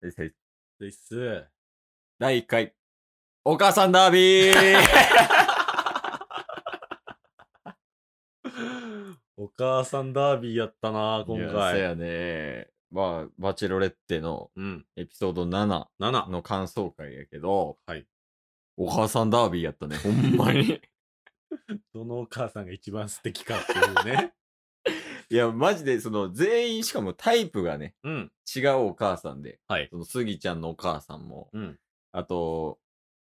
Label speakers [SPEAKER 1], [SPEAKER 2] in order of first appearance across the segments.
[SPEAKER 1] ですです
[SPEAKER 2] です。
[SPEAKER 3] 第1回、お母さんダービ ー
[SPEAKER 2] お母さんダービーやったな、今
[SPEAKER 3] いやそう
[SPEAKER 2] 回。
[SPEAKER 3] やね。まあ、バチェロレッテの
[SPEAKER 2] うん。
[SPEAKER 3] エピソード7
[SPEAKER 2] 7。
[SPEAKER 3] の感想会やけど、
[SPEAKER 2] はい。
[SPEAKER 3] お母さんダービーやった ね、ほんまに。
[SPEAKER 2] どのお母さんが一番素敵かっていうね。
[SPEAKER 3] いや、マジで、その、全員、しかもタイプがね、
[SPEAKER 2] うん。
[SPEAKER 3] 違うお母さんで、
[SPEAKER 2] はい
[SPEAKER 3] その、スギちゃんのお母さんも、
[SPEAKER 2] うん。
[SPEAKER 3] あと、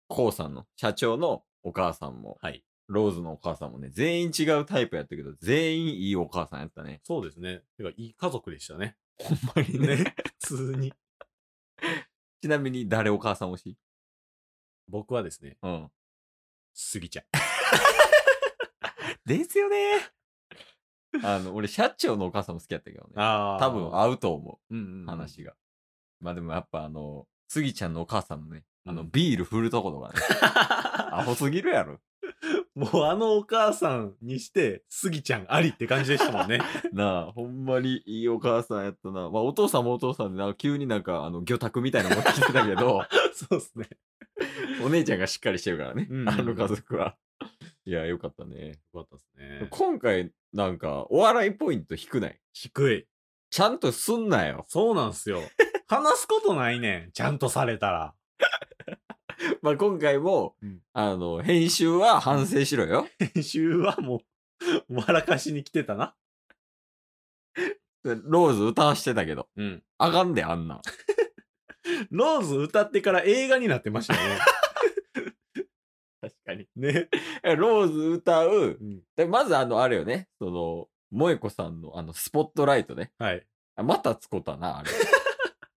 [SPEAKER 3] コウさんの、社長のお母さんも、
[SPEAKER 2] はい。
[SPEAKER 3] ローズのお母さんもね、全員違うタイプやったけど、全員いいお母さんやったね。
[SPEAKER 2] そうですね。てか、いい家族でしたね。
[SPEAKER 3] ほんまに
[SPEAKER 2] ね。 普通に。
[SPEAKER 3] ちなみに、誰お母さん推し
[SPEAKER 2] 僕はですね、
[SPEAKER 3] うん。
[SPEAKER 2] スギちゃん。
[SPEAKER 3] ですよねあの、俺、社長のお母さんも好きやったけどね。
[SPEAKER 2] あ
[SPEAKER 3] 多分合うと思
[SPEAKER 2] うんうんうん
[SPEAKER 3] う、話が。まあでもやっぱあの、スギちゃんのお母さんのね、あの、
[SPEAKER 2] うん
[SPEAKER 3] ビール振るとことかね、 アホすぎるやろ。
[SPEAKER 2] もうあのお母さんにして、スギちゃんありって感じでしたもんね。
[SPEAKER 3] なあ、ほんまにいいお母さんやったな。まあお父さんもお父さんでな、急になんかあの、魚卓みたいなの持ってきてたけ ど、
[SPEAKER 2] そうですね。
[SPEAKER 3] お姉ちゃんがしっかりしてるからね、
[SPEAKER 2] うんうん
[SPEAKER 3] あの家族は。いや、よかったね。
[SPEAKER 2] よかったですね。
[SPEAKER 3] 今回、なんか、お笑いポイント低ない。
[SPEAKER 2] 低い。
[SPEAKER 3] ちゃんとすんなよ。
[SPEAKER 2] そうなんすよ。話すことないねん。ちゃんとされたら。
[SPEAKER 3] まあ今回も、
[SPEAKER 2] うん
[SPEAKER 3] あの、編集は反省しろよ。
[SPEAKER 2] 編集はもう、 笑かしに来てたな。
[SPEAKER 3] ローズ歌わしてたけど、
[SPEAKER 2] うん。
[SPEAKER 3] あかんで、あんなん。
[SPEAKER 2] ローズ歌ってから映画になってました ね。
[SPEAKER 3] 確かに。
[SPEAKER 2] ね。
[SPEAKER 3] ローズ歌う
[SPEAKER 2] う。ん
[SPEAKER 3] でまず、あの、あれよね。その、萌子さんの、あの、スポットライトね。
[SPEAKER 2] はい。
[SPEAKER 3] あまたつこたな、あ れ。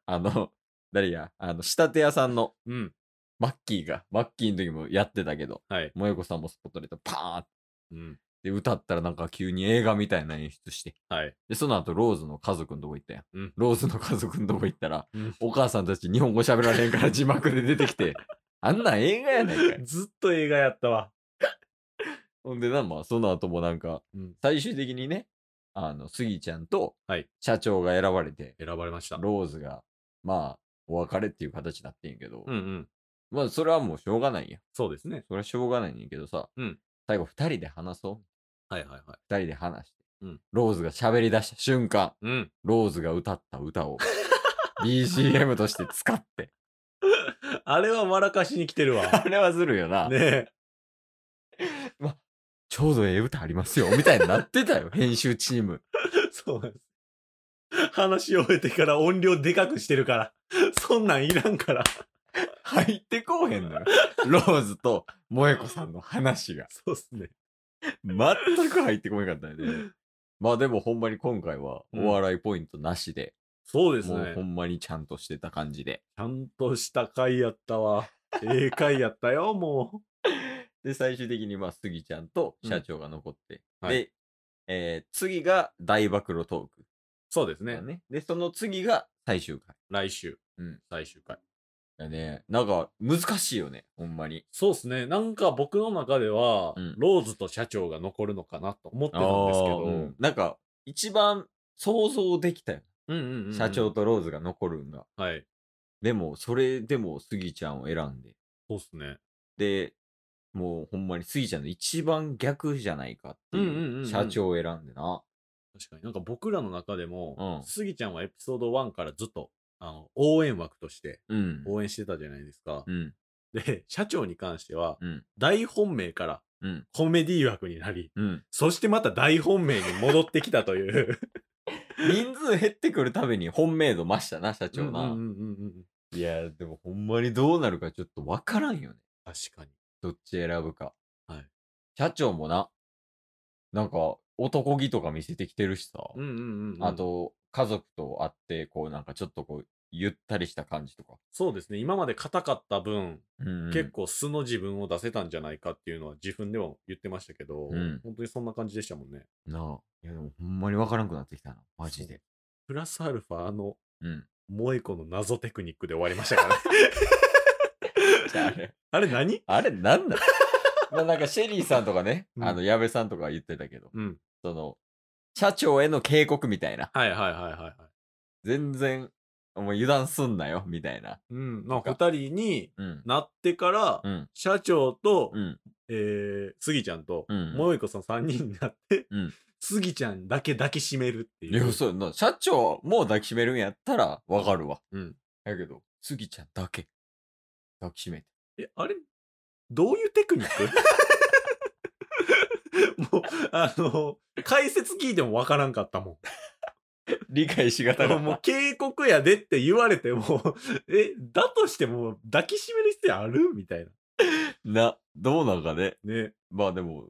[SPEAKER 3] あの、誰や、あの、仕立て屋さんの
[SPEAKER 2] うん。
[SPEAKER 3] マッキーが、マッキーの時もやってたけど、
[SPEAKER 2] はい。
[SPEAKER 3] 萌子さんもスポットライトパーンっ
[SPEAKER 2] うん。
[SPEAKER 3] て歌ったらなんか急に映画みたいな演出して。
[SPEAKER 2] はい。
[SPEAKER 3] で、その後、ローズの家族のとこ行ったやん。
[SPEAKER 2] うん
[SPEAKER 3] ローズの家族のとこ行ったら、
[SPEAKER 2] うん
[SPEAKER 3] お母さんたち日本語喋られんから字幕で出て きて、あんなん映画やないかい。
[SPEAKER 2] ずっと映画やったわ。
[SPEAKER 3] ほんでな、まあ、その後もなんか、
[SPEAKER 2] うん
[SPEAKER 3] 最終的にね、あの、スギちゃんと
[SPEAKER 2] はい、
[SPEAKER 3] 社長が選ばれて、
[SPEAKER 2] 選ばれました。
[SPEAKER 3] ローズが、まあ、お別れっていう形になってんやけど、
[SPEAKER 2] うんうん。
[SPEAKER 3] まあ、それはもうしょうがないやん。
[SPEAKER 2] そうですね。
[SPEAKER 3] それはしょうがないねんけどさ、
[SPEAKER 2] うん
[SPEAKER 3] 最後二人で話そう。
[SPEAKER 2] はいはいはい。
[SPEAKER 3] 二人で話して、
[SPEAKER 2] うん
[SPEAKER 3] ローズが喋り出した瞬間、
[SPEAKER 2] うん。
[SPEAKER 3] ローズが歌った 歌を BGM として使って。
[SPEAKER 2] あれは笑かしに来てるわ。
[SPEAKER 3] あれはずるよな。
[SPEAKER 2] ねえ。
[SPEAKER 3] ちょうどええ歌ありますよ。みたいになってたよ。編集チーム。
[SPEAKER 2] そうなんです。話し終えてから音量でかくしてるから。そんなんいらんから。
[SPEAKER 3] 入ってこうへんのよ。ローズと萌子さんの話が。
[SPEAKER 2] そうっすね。
[SPEAKER 3] 全く入ってこなかったよね。まあでもほんまに今回は
[SPEAKER 2] うん
[SPEAKER 3] お笑いポイントなしで、
[SPEAKER 2] そうです
[SPEAKER 3] もう
[SPEAKER 2] ね。
[SPEAKER 3] ほ
[SPEAKER 2] ち
[SPEAKER 3] んまにちゃんとしてた感じで。
[SPEAKER 2] ゃんとした回やった わ。ええ回やったよ、も
[SPEAKER 3] で、最終的にまあスギちゃんと社長が残って。
[SPEAKER 2] うんは
[SPEAKER 3] で、えー次が大暴露トーク
[SPEAKER 2] う。そうです
[SPEAKER 3] だ
[SPEAKER 2] ね。
[SPEAKER 3] ね。で、その次が最終回。
[SPEAKER 2] 来週。
[SPEAKER 3] うん
[SPEAKER 2] 最終回。
[SPEAKER 3] だね。なんか難しいよね。ほんまに。
[SPEAKER 2] そうですね。なんか僕の中では、
[SPEAKER 3] うん
[SPEAKER 2] ローズと社長が残るのかなと思ってたんですけど、
[SPEAKER 3] あーうんなんか一番想像できたよ、
[SPEAKER 2] うんうんうんうん
[SPEAKER 3] 社長。とローズが残るんが
[SPEAKER 2] はい。
[SPEAKER 3] でもそれでもスギちゃんを選んで
[SPEAKER 2] そうですね。
[SPEAKER 3] でもうほんまにスギちゃんの一番逆じゃないかって
[SPEAKER 2] うんうんうんう
[SPEAKER 3] いうん社長を選んでな、
[SPEAKER 2] 確かになんか僕らの中でも、
[SPEAKER 3] うん
[SPEAKER 2] スギちゃんはエピソード1からずっと、あの、応援枠として
[SPEAKER 3] うんうん
[SPEAKER 2] 応援してたじゃないですか。
[SPEAKER 3] うん
[SPEAKER 2] で、社長に関しては、
[SPEAKER 3] うん
[SPEAKER 2] 大本命から
[SPEAKER 3] うん
[SPEAKER 2] コメディ枠になり、
[SPEAKER 3] うん、
[SPEAKER 2] そしてまた大本命に戻ってきたという。
[SPEAKER 3] 人数減ってくるために本命度増したな社
[SPEAKER 2] うん
[SPEAKER 3] 長
[SPEAKER 2] うん
[SPEAKER 3] な、
[SPEAKER 2] うんうん
[SPEAKER 3] いやでもほんまにどうなるかちょっとわからんよね
[SPEAKER 2] 確かに。
[SPEAKER 3] どっち選ぶか
[SPEAKER 2] はい
[SPEAKER 3] 社長もななんか男気とか見せてきてるしさ、
[SPEAKER 2] うんうんうん。
[SPEAKER 3] あ、と、家族と会って、こう、なんかちょっとこう、ゆったりした感じとか。
[SPEAKER 2] そうですね。今まで硬かった分、
[SPEAKER 3] 結
[SPEAKER 2] 結構素の自分を出せたんじゃないかっていうのは自分でも言ってましたけど、
[SPEAKER 3] うん
[SPEAKER 2] 本当にそんな感じでしたもんね。
[SPEAKER 3] 構。なあ。いや、でもほんまにわからんくなってきたな。マジで。
[SPEAKER 2] プラスアルファ、あの、
[SPEAKER 3] うん。
[SPEAKER 2] 萌子の謎テクニックで終わりましたからね。
[SPEAKER 3] じゃあ、あれ、
[SPEAKER 2] あれ何
[SPEAKER 3] あれなんだ まあなんか、シェリーさんとかね、
[SPEAKER 2] うん
[SPEAKER 3] あの、矢部さんとかは言ってたけど、
[SPEAKER 2] うん。
[SPEAKER 3] その、社長への警告みたいな。
[SPEAKER 2] はいはいはいはいはい。
[SPEAKER 3] 全然、お前油断すんなよ、みたいな。
[SPEAKER 2] うん。まあ、
[SPEAKER 3] なん
[SPEAKER 2] 二人に
[SPEAKER 3] うん。
[SPEAKER 2] なってから、
[SPEAKER 3] うん。
[SPEAKER 2] 社長と、
[SPEAKER 3] うん。
[SPEAKER 2] えー、スギちゃんと、
[SPEAKER 3] うん
[SPEAKER 2] もよいこさん三人になって
[SPEAKER 3] うん、
[SPEAKER 2] スギちゃんだけ抱きしめるって
[SPEAKER 3] い
[SPEAKER 2] いう
[SPEAKER 3] や、。そうやんな。社長も抱きしめるんやったらわかるわ。
[SPEAKER 2] うん。
[SPEAKER 3] やけど、スギちゃんだけ抱きしめて。
[SPEAKER 2] え、あれどういうテクニッ クもう、あの、解説聞いてもわからんかったもん。
[SPEAKER 3] 理解しが たかっ
[SPEAKER 2] もう
[SPEAKER 3] た。
[SPEAKER 2] 警告やでって言われても、 え、だとしても抱きしめる必要あるみたいな。
[SPEAKER 3] な、どうなんかね。
[SPEAKER 2] ね、
[SPEAKER 3] まあでも、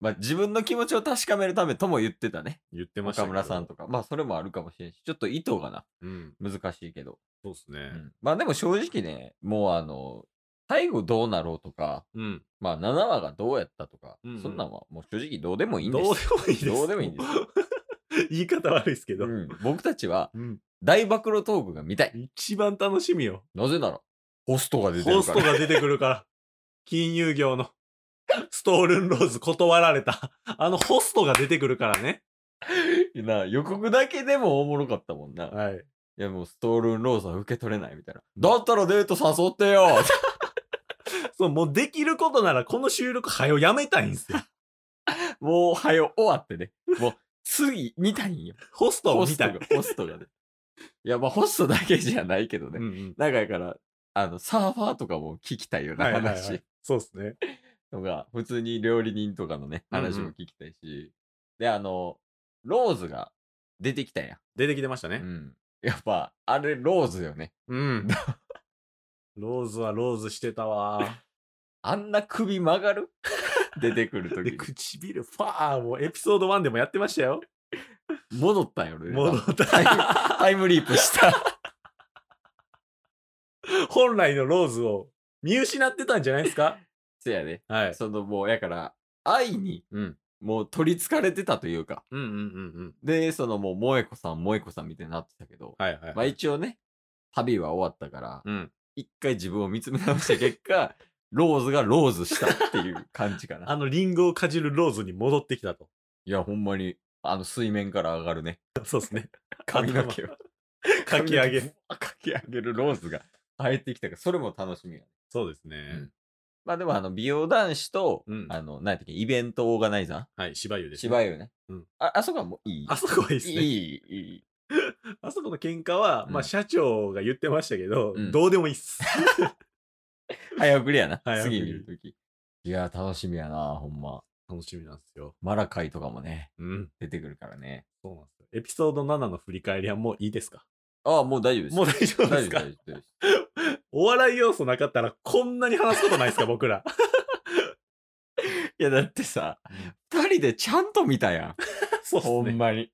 [SPEAKER 3] まあ自分の気持ちを確かめるためとも言ってたね。
[SPEAKER 2] 言ってました
[SPEAKER 3] 岡
[SPEAKER 2] けど
[SPEAKER 3] 村さんとか。まあそれもあるかもしれんし、ちょっと意図がな、
[SPEAKER 2] うん、
[SPEAKER 3] 難しいけど。
[SPEAKER 2] そうっす
[SPEAKER 3] う
[SPEAKER 2] ね。
[SPEAKER 3] ん、まあでも正直ね、もうあの、最後どうなろうとか、
[SPEAKER 2] うん。
[SPEAKER 3] まあ7話がどうやったとか、
[SPEAKER 2] うんうん
[SPEAKER 3] そんなんはもう正直どうでもいいん
[SPEAKER 2] ど
[SPEAKER 3] で
[SPEAKER 2] う
[SPEAKER 3] す
[SPEAKER 2] で
[SPEAKER 3] よ
[SPEAKER 2] もいいです。
[SPEAKER 3] どうでもいいんです
[SPEAKER 2] 言い方悪いですけど。
[SPEAKER 3] うん、僕たちは
[SPEAKER 2] うん。
[SPEAKER 3] 大暴露トークが見たい。
[SPEAKER 2] 一番楽しみよ。
[SPEAKER 3] なぜなら、ホストが出て
[SPEAKER 2] ホ
[SPEAKER 3] る
[SPEAKER 2] スト
[SPEAKER 3] から。
[SPEAKER 2] が出てくるから。 金融業の。ストールンローズ断られた。あのホストが出てくるからね。
[SPEAKER 3] な予告だけでもおもろかったもんな。い、
[SPEAKER 2] はい。
[SPEAKER 3] やもうストールンローズは受け取れないみたいな。だったらデート誘ってよ
[SPEAKER 2] そう、もうできることならこの収録早よやめたいんですよ。
[SPEAKER 3] もうはよ終わってね。もう次見たいんよ。
[SPEAKER 2] ホストを
[SPEAKER 3] ホ
[SPEAKER 2] 見
[SPEAKER 3] ス
[SPEAKER 2] た
[SPEAKER 3] ト
[SPEAKER 2] い
[SPEAKER 3] が。。ホストがね。いやまあホストだけじゃないけどね。
[SPEAKER 2] うんうん。
[SPEAKER 3] なんかやから、あの、サーファーとかも聞きたいよな
[SPEAKER 2] はいはいはい
[SPEAKER 3] 話
[SPEAKER 2] そうですね。
[SPEAKER 3] とか、普通に料理人とかのね、
[SPEAKER 2] うんうん
[SPEAKER 3] 話も聞きたいし。で、あの、ローズが出てきたや
[SPEAKER 2] 出てきてました
[SPEAKER 3] ん。う
[SPEAKER 2] ね。
[SPEAKER 3] ん。やっぱ、あれローズよね。
[SPEAKER 2] うん。 ローズはローズしてたわ。
[SPEAKER 3] あんな首曲 がる出てくると
[SPEAKER 2] で、
[SPEAKER 3] き。
[SPEAKER 2] 唇、ファーもうエピソード1でもやってました よ。
[SPEAKER 3] 戻ったんやろね
[SPEAKER 2] 戻った
[SPEAKER 3] タイムタイムリープした。
[SPEAKER 2] 本来のローズを見失ってたんじゃないです か
[SPEAKER 3] せやね。
[SPEAKER 2] はい。
[SPEAKER 3] そのもう、やから、愛に、
[SPEAKER 2] うん。
[SPEAKER 3] もう取りつかれてたというか。
[SPEAKER 2] うんうんうんうん。
[SPEAKER 3] で、そのもう、萌子さん、萌子さんみたいになってたけど、
[SPEAKER 2] はいはい。
[SPEAKER 3] まあ一応ね、旅は終わったから、
[SPEAKER 2] うん。
[SPEAKER 3] 一回自分を見つめ直した結果、 ローズがローズしたっていう感じか
[SPEAKER 2] あ
[SPEAKER 3] な。
[SPEAKER 2] のリンゴをかじるローズに戻ってきたと。
[SPEAKER 3] いや、ほんまに、あの、水面から上がるね。
[SPEAKER 2] そうですね。
[SPEAKER 3] 髪の毛を。
[SPEAKER 2] かき上げ
[SPEAKER 3] 髪の毛を。かき上げるローズが生えてきたから、それも楽しみや。
[SPEAKER 2] そうです
[SPEAKER 3] う
[SPEAKER 2] ね
[SPEAKER 3] ん。まあでも、あの、美容男子と、
[SPEAKER 2] うん
[SPEAKER 3] あの、何やったっけ、イベントオーガナイザ
[SPEAKER 2] はい、芝生
[SPEAKER 3] ー
[SPEAKER 2] です、ね。
[SPEAKER 3] 芝居よね。
[SPEAKER 2] うん
[SPEAKER 3] あ、あそこはもういい。
[SPEAKER 2] あそこはいいです
[SPEAKER 3] い
[SPEAKER 2] ね。
[SPEAKER 3] い、いい。
[SPEAKER 2] あそこの喧嘩は、
[SPEAKER 3] うん
[SPEAKER 2] まあ社長が言ってましたけど、
[SPEAKER 3] うん
[SPEAKER 2] どうでもいいっす。
[SPEAKER 3] 早送りやな。
[SPEAKER 2] 早送り
[SPEAKER 3] 次見るとき。いや、楽しみやな、ほんま。
[SPEAKER 2] 楽しみなんですよ。
[SPEAKER 3] マラカイとかもね、
[SPEAKER 2] うん。
[SPEAKER 3] 出てくるからね。
[SPEAKER 2] そうなんですよ。エピソード7の振り返りはもういいですか
[SPEAKER 3] ああ、もう大丈夫です。
[SPEAKER 2] もう大丈夫ですか
[SPEAKER 3] 大丈夫です。
[SPEAKER 2] お笑い要素なかったらこんなに話すことないですか僕ら。
[SPEAKER 3] いや、だってさ、二人でちゃんと見たやん。
[SPEAKER 2] そ
[SPEAKER 3] ほ
[SPEAKER 2] っ
[SPEAKER 3] んまに。い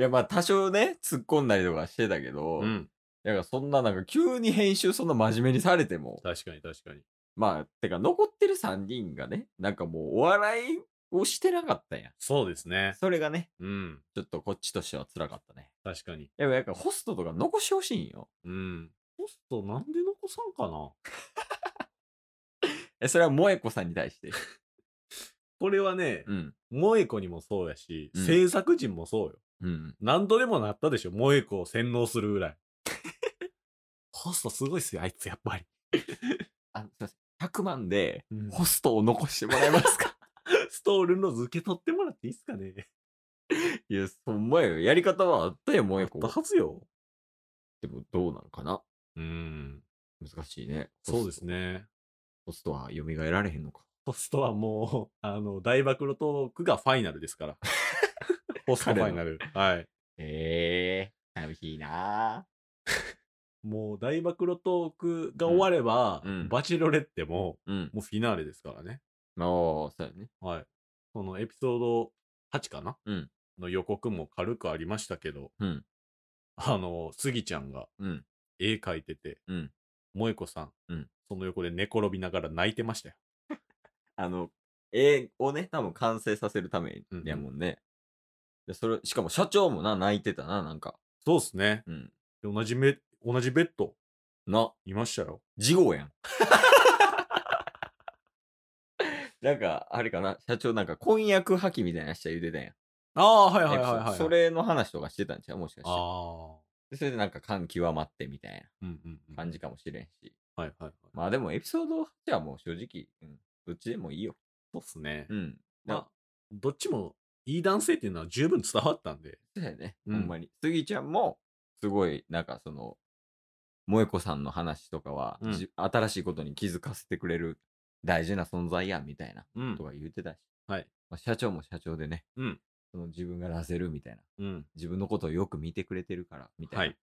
[SPEAKER 3] や、まあ、多少ね、突っ込んだりとかしてたけ
[SPEAKER 2] う
[SPEAKER 3] ど、だ
[SPEAKER 2] ん。
[SPEAKER 3] からそんななんか急に編集そんな真面目にされても、
[SPEAKER 2] 確かに確かに。
[SPEAKER 3] まあ、てか残ってる三人がね、なんかもうお笑いをしてなかったやん。
[SPEAKER 2] そうですね。
[SPEAKER 3] それがね、
[SPEAKER 2] うん。
[SPEAKER 3] ちょっとこっちとしては辛かったね。
[SPEAKER 2] 確かに。
[SPEAKER 3] やっぱやっぱホストとか残してほしいんよ。
[SPEAKER 2] うん。ホストなんで残さんかな
[SPEAKER 3] え、それは萌子さんに対して。
[SPEAKER 2] これはね、
[SPEAKER 3] うん。
[SPEAKER 2] 萌え子にもそうやし、
[SPEAKER 3] うん
[SPEAKER 2] 制作陣もそうよ。
[SPEAKER 3] うん。
[SPEAKER 2] 何度でもなったでしょ、萌え子を洗脳するぐらい。 ホストすごいっすよ、あいつやっぱり。
[SPEAKER 3] あ、すいません。100万で
[SPEAKER 2] うん
[SPEAKER 3] ホストを残してもらえますか
[SPEAKER 2] ストールの図受け取ってもらっていいっすかね。
[SPEAKER 3] いや、ほんまよ。やり方はあったよ、萌子。
[SPEAKER 2] だはずよ。
[SPEAKER 3] でもどうなんかな
[SPEAKER 2] うん。
[SPEAKER 3] 難しいね。
[SPEAKER 2] そうです
[SPEAKER 3] ね。
[SPEAKER 2] ね。
[SPEAKER 3] ホストは蘇られへんのか。
[SPEAKER 2] ホストはもう、あの、大暴露トークがファイナルです から。ホストファイナル。はい。
[SPEAKER 3] ええ寂しいな
[SPEAKER 2] もう、大暴露トークが終われば、
[SPEAKER 3] うんうん
[SPEAKER 2] バチェロレッテも、
[SPEAKER 3] うん。
[SPEAKER 2] もうフィナーレですからね。
[SPEAKER 3] ああ、そうやね。
[SPEAKER 2] はい。このエピソード8かな、
[SPEAKER 3] うん
[SPEAKER 2] の予告も軽くありましたけど、
[SPEAKER 3] うん
[SPEAKER 2] あの、スギちゃんが
[SPEAKER 3] うん。
[SPEAKER 2] 絵描いてて、
[SPEAKER 3] うん
[SPEAKER 2] 萌子さん,、
[SPEAKER 3] うん
[SPEAKER 2] その横で寝転びながら泣いてましたよ。
[SPEAKER 3] あの、絵をね、多分完成させるため
[SPEAKER 2] うんうん
[SPEAKER 3] やもんね。でそれ、しかも社長もな、泣いてたな、なんか。
[SPEAKER 2] そうですね。
[SPEAKER 3] うん。
[SPEAKER 2] で同じめ、同じベッド、
[SPEAKER 3] な、
[SPEAKER 2] いましたよ。
[SPEAKER 3] 事後やん。 なんか、あれかな、社長なんか婚約破棄みたいな人言うてたやん。
[SPEAKER 2] ああ、はい
[SPEAKER 3] エピソードそれの話とかしてたんちゃうもしかして。
[SPEAKER 2] ああ。
[SPEAKER 3] でそれでなんか感極まってみたい
[SPEAKER 2] うんうんう。
[SPEAKER 3] なん感じかもしれんし。
[SPEAKER 2] はいはいはい。
[SPEAKER 3] まあでもエピソード8はもう正直、うん、どっちでもいいよ。
[SPEAKER 2] そうっすね。
[SPEAKER 3] うん。
[SPEAKER 2] まあ、どっちもいい男性っていうのは十分伝わったんで。
[SPEAKER 3] そうやね。
[SPEAKER 2] うん
[SPEAKER 3] ほんまに。スギちゃんも、すごい、なんかその、萌子さんの話とかは、
[SPEAKER 2] うん
[SPEAKER 3] じ新しいことに気づかせてくれる大事な存在や、みたいな、
[SPEAKER 2] うん
[SPEAKER 3] とか言ってたし。
[SPEAKER 2] はい。
[SPEAKER 3] まあ、社長も社長でね、
[SPEAKER 2] うん
[SPEAKER 3] その自分が出せるみたいな。
[SPEAKER 2] うん。
[SPEAKER 3] 自分のことをよく見てくれてるから、みたいな。
[SPEAKER 2] はい。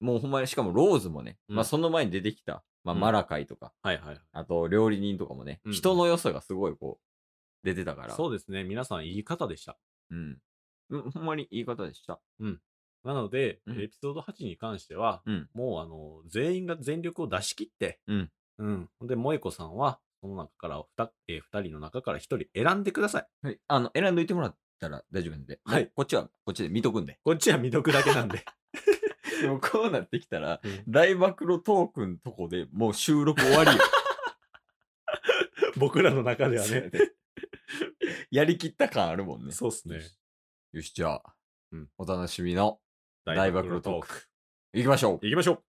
[SPEAKER 3] もうほんまに、しかもローズもね、
[SPEAKER 2] うん
[SPEAKER 3] まあその前に出てきた、まあ
[SPEAKER 2] うん
[SPEAKER 3] マラカイとか、
[SPEAKER 2] はいはい。
[SPEAKER 3] あと料理人とかもね、
[SPEAKER 2] うん
[SPEAKER 3] 人の良さがすごいこう、出てたから。
[SPEAKER 2] そうですね。皆さん言い方でした。
[SPEAKER 3] うん。うん。ほんまに言い方でした。
[SPEAKER 2] なので、
[SPEAKER 3] うん
[SPEAKER 2] エピソード8に関しては、
[SPEAKER 3] うん
[SPEAKER 2] もうあの、全員が全力を出し切って、
[SPEAKER 3] うん。
[SPEAKER 2] うん。ほんで、萌子さんは、その中から2、えー、2人の中から1人選んでください。
[SPEAKER 3] はい、あの、選んどいてもらったら大丈夫なんで。
[SPEAKER 2] はい
[SPEAKER 3] もうこっちは、こっちで見とくんで。
[SPEAKER 2] こっちは未読だけなんで。
[SPEAKER 3] でも こうなってきたら、
[SPEAKER 2] うん
[SPEAKER 3] 大暴露トークンとこでもう収録終わりよ。
[SPEAKER 2] 僕らの中 では
[SPEAKER 3] そうや
[SPEAKER 2] ね。
[SPEAKER 3] ね やりきった感あるもんね。
[SPEAKER 2] そうっすね。
[SPEAKER 3] よし、じゃあ、
[SPEAKER 2] うん
[SPEAKER 3] お楽しみの大暴露トー
[SPEAKER 2] ク。
[SPEAKER 3] ク。行きましょう
[SPEAKER 2] 行きましょう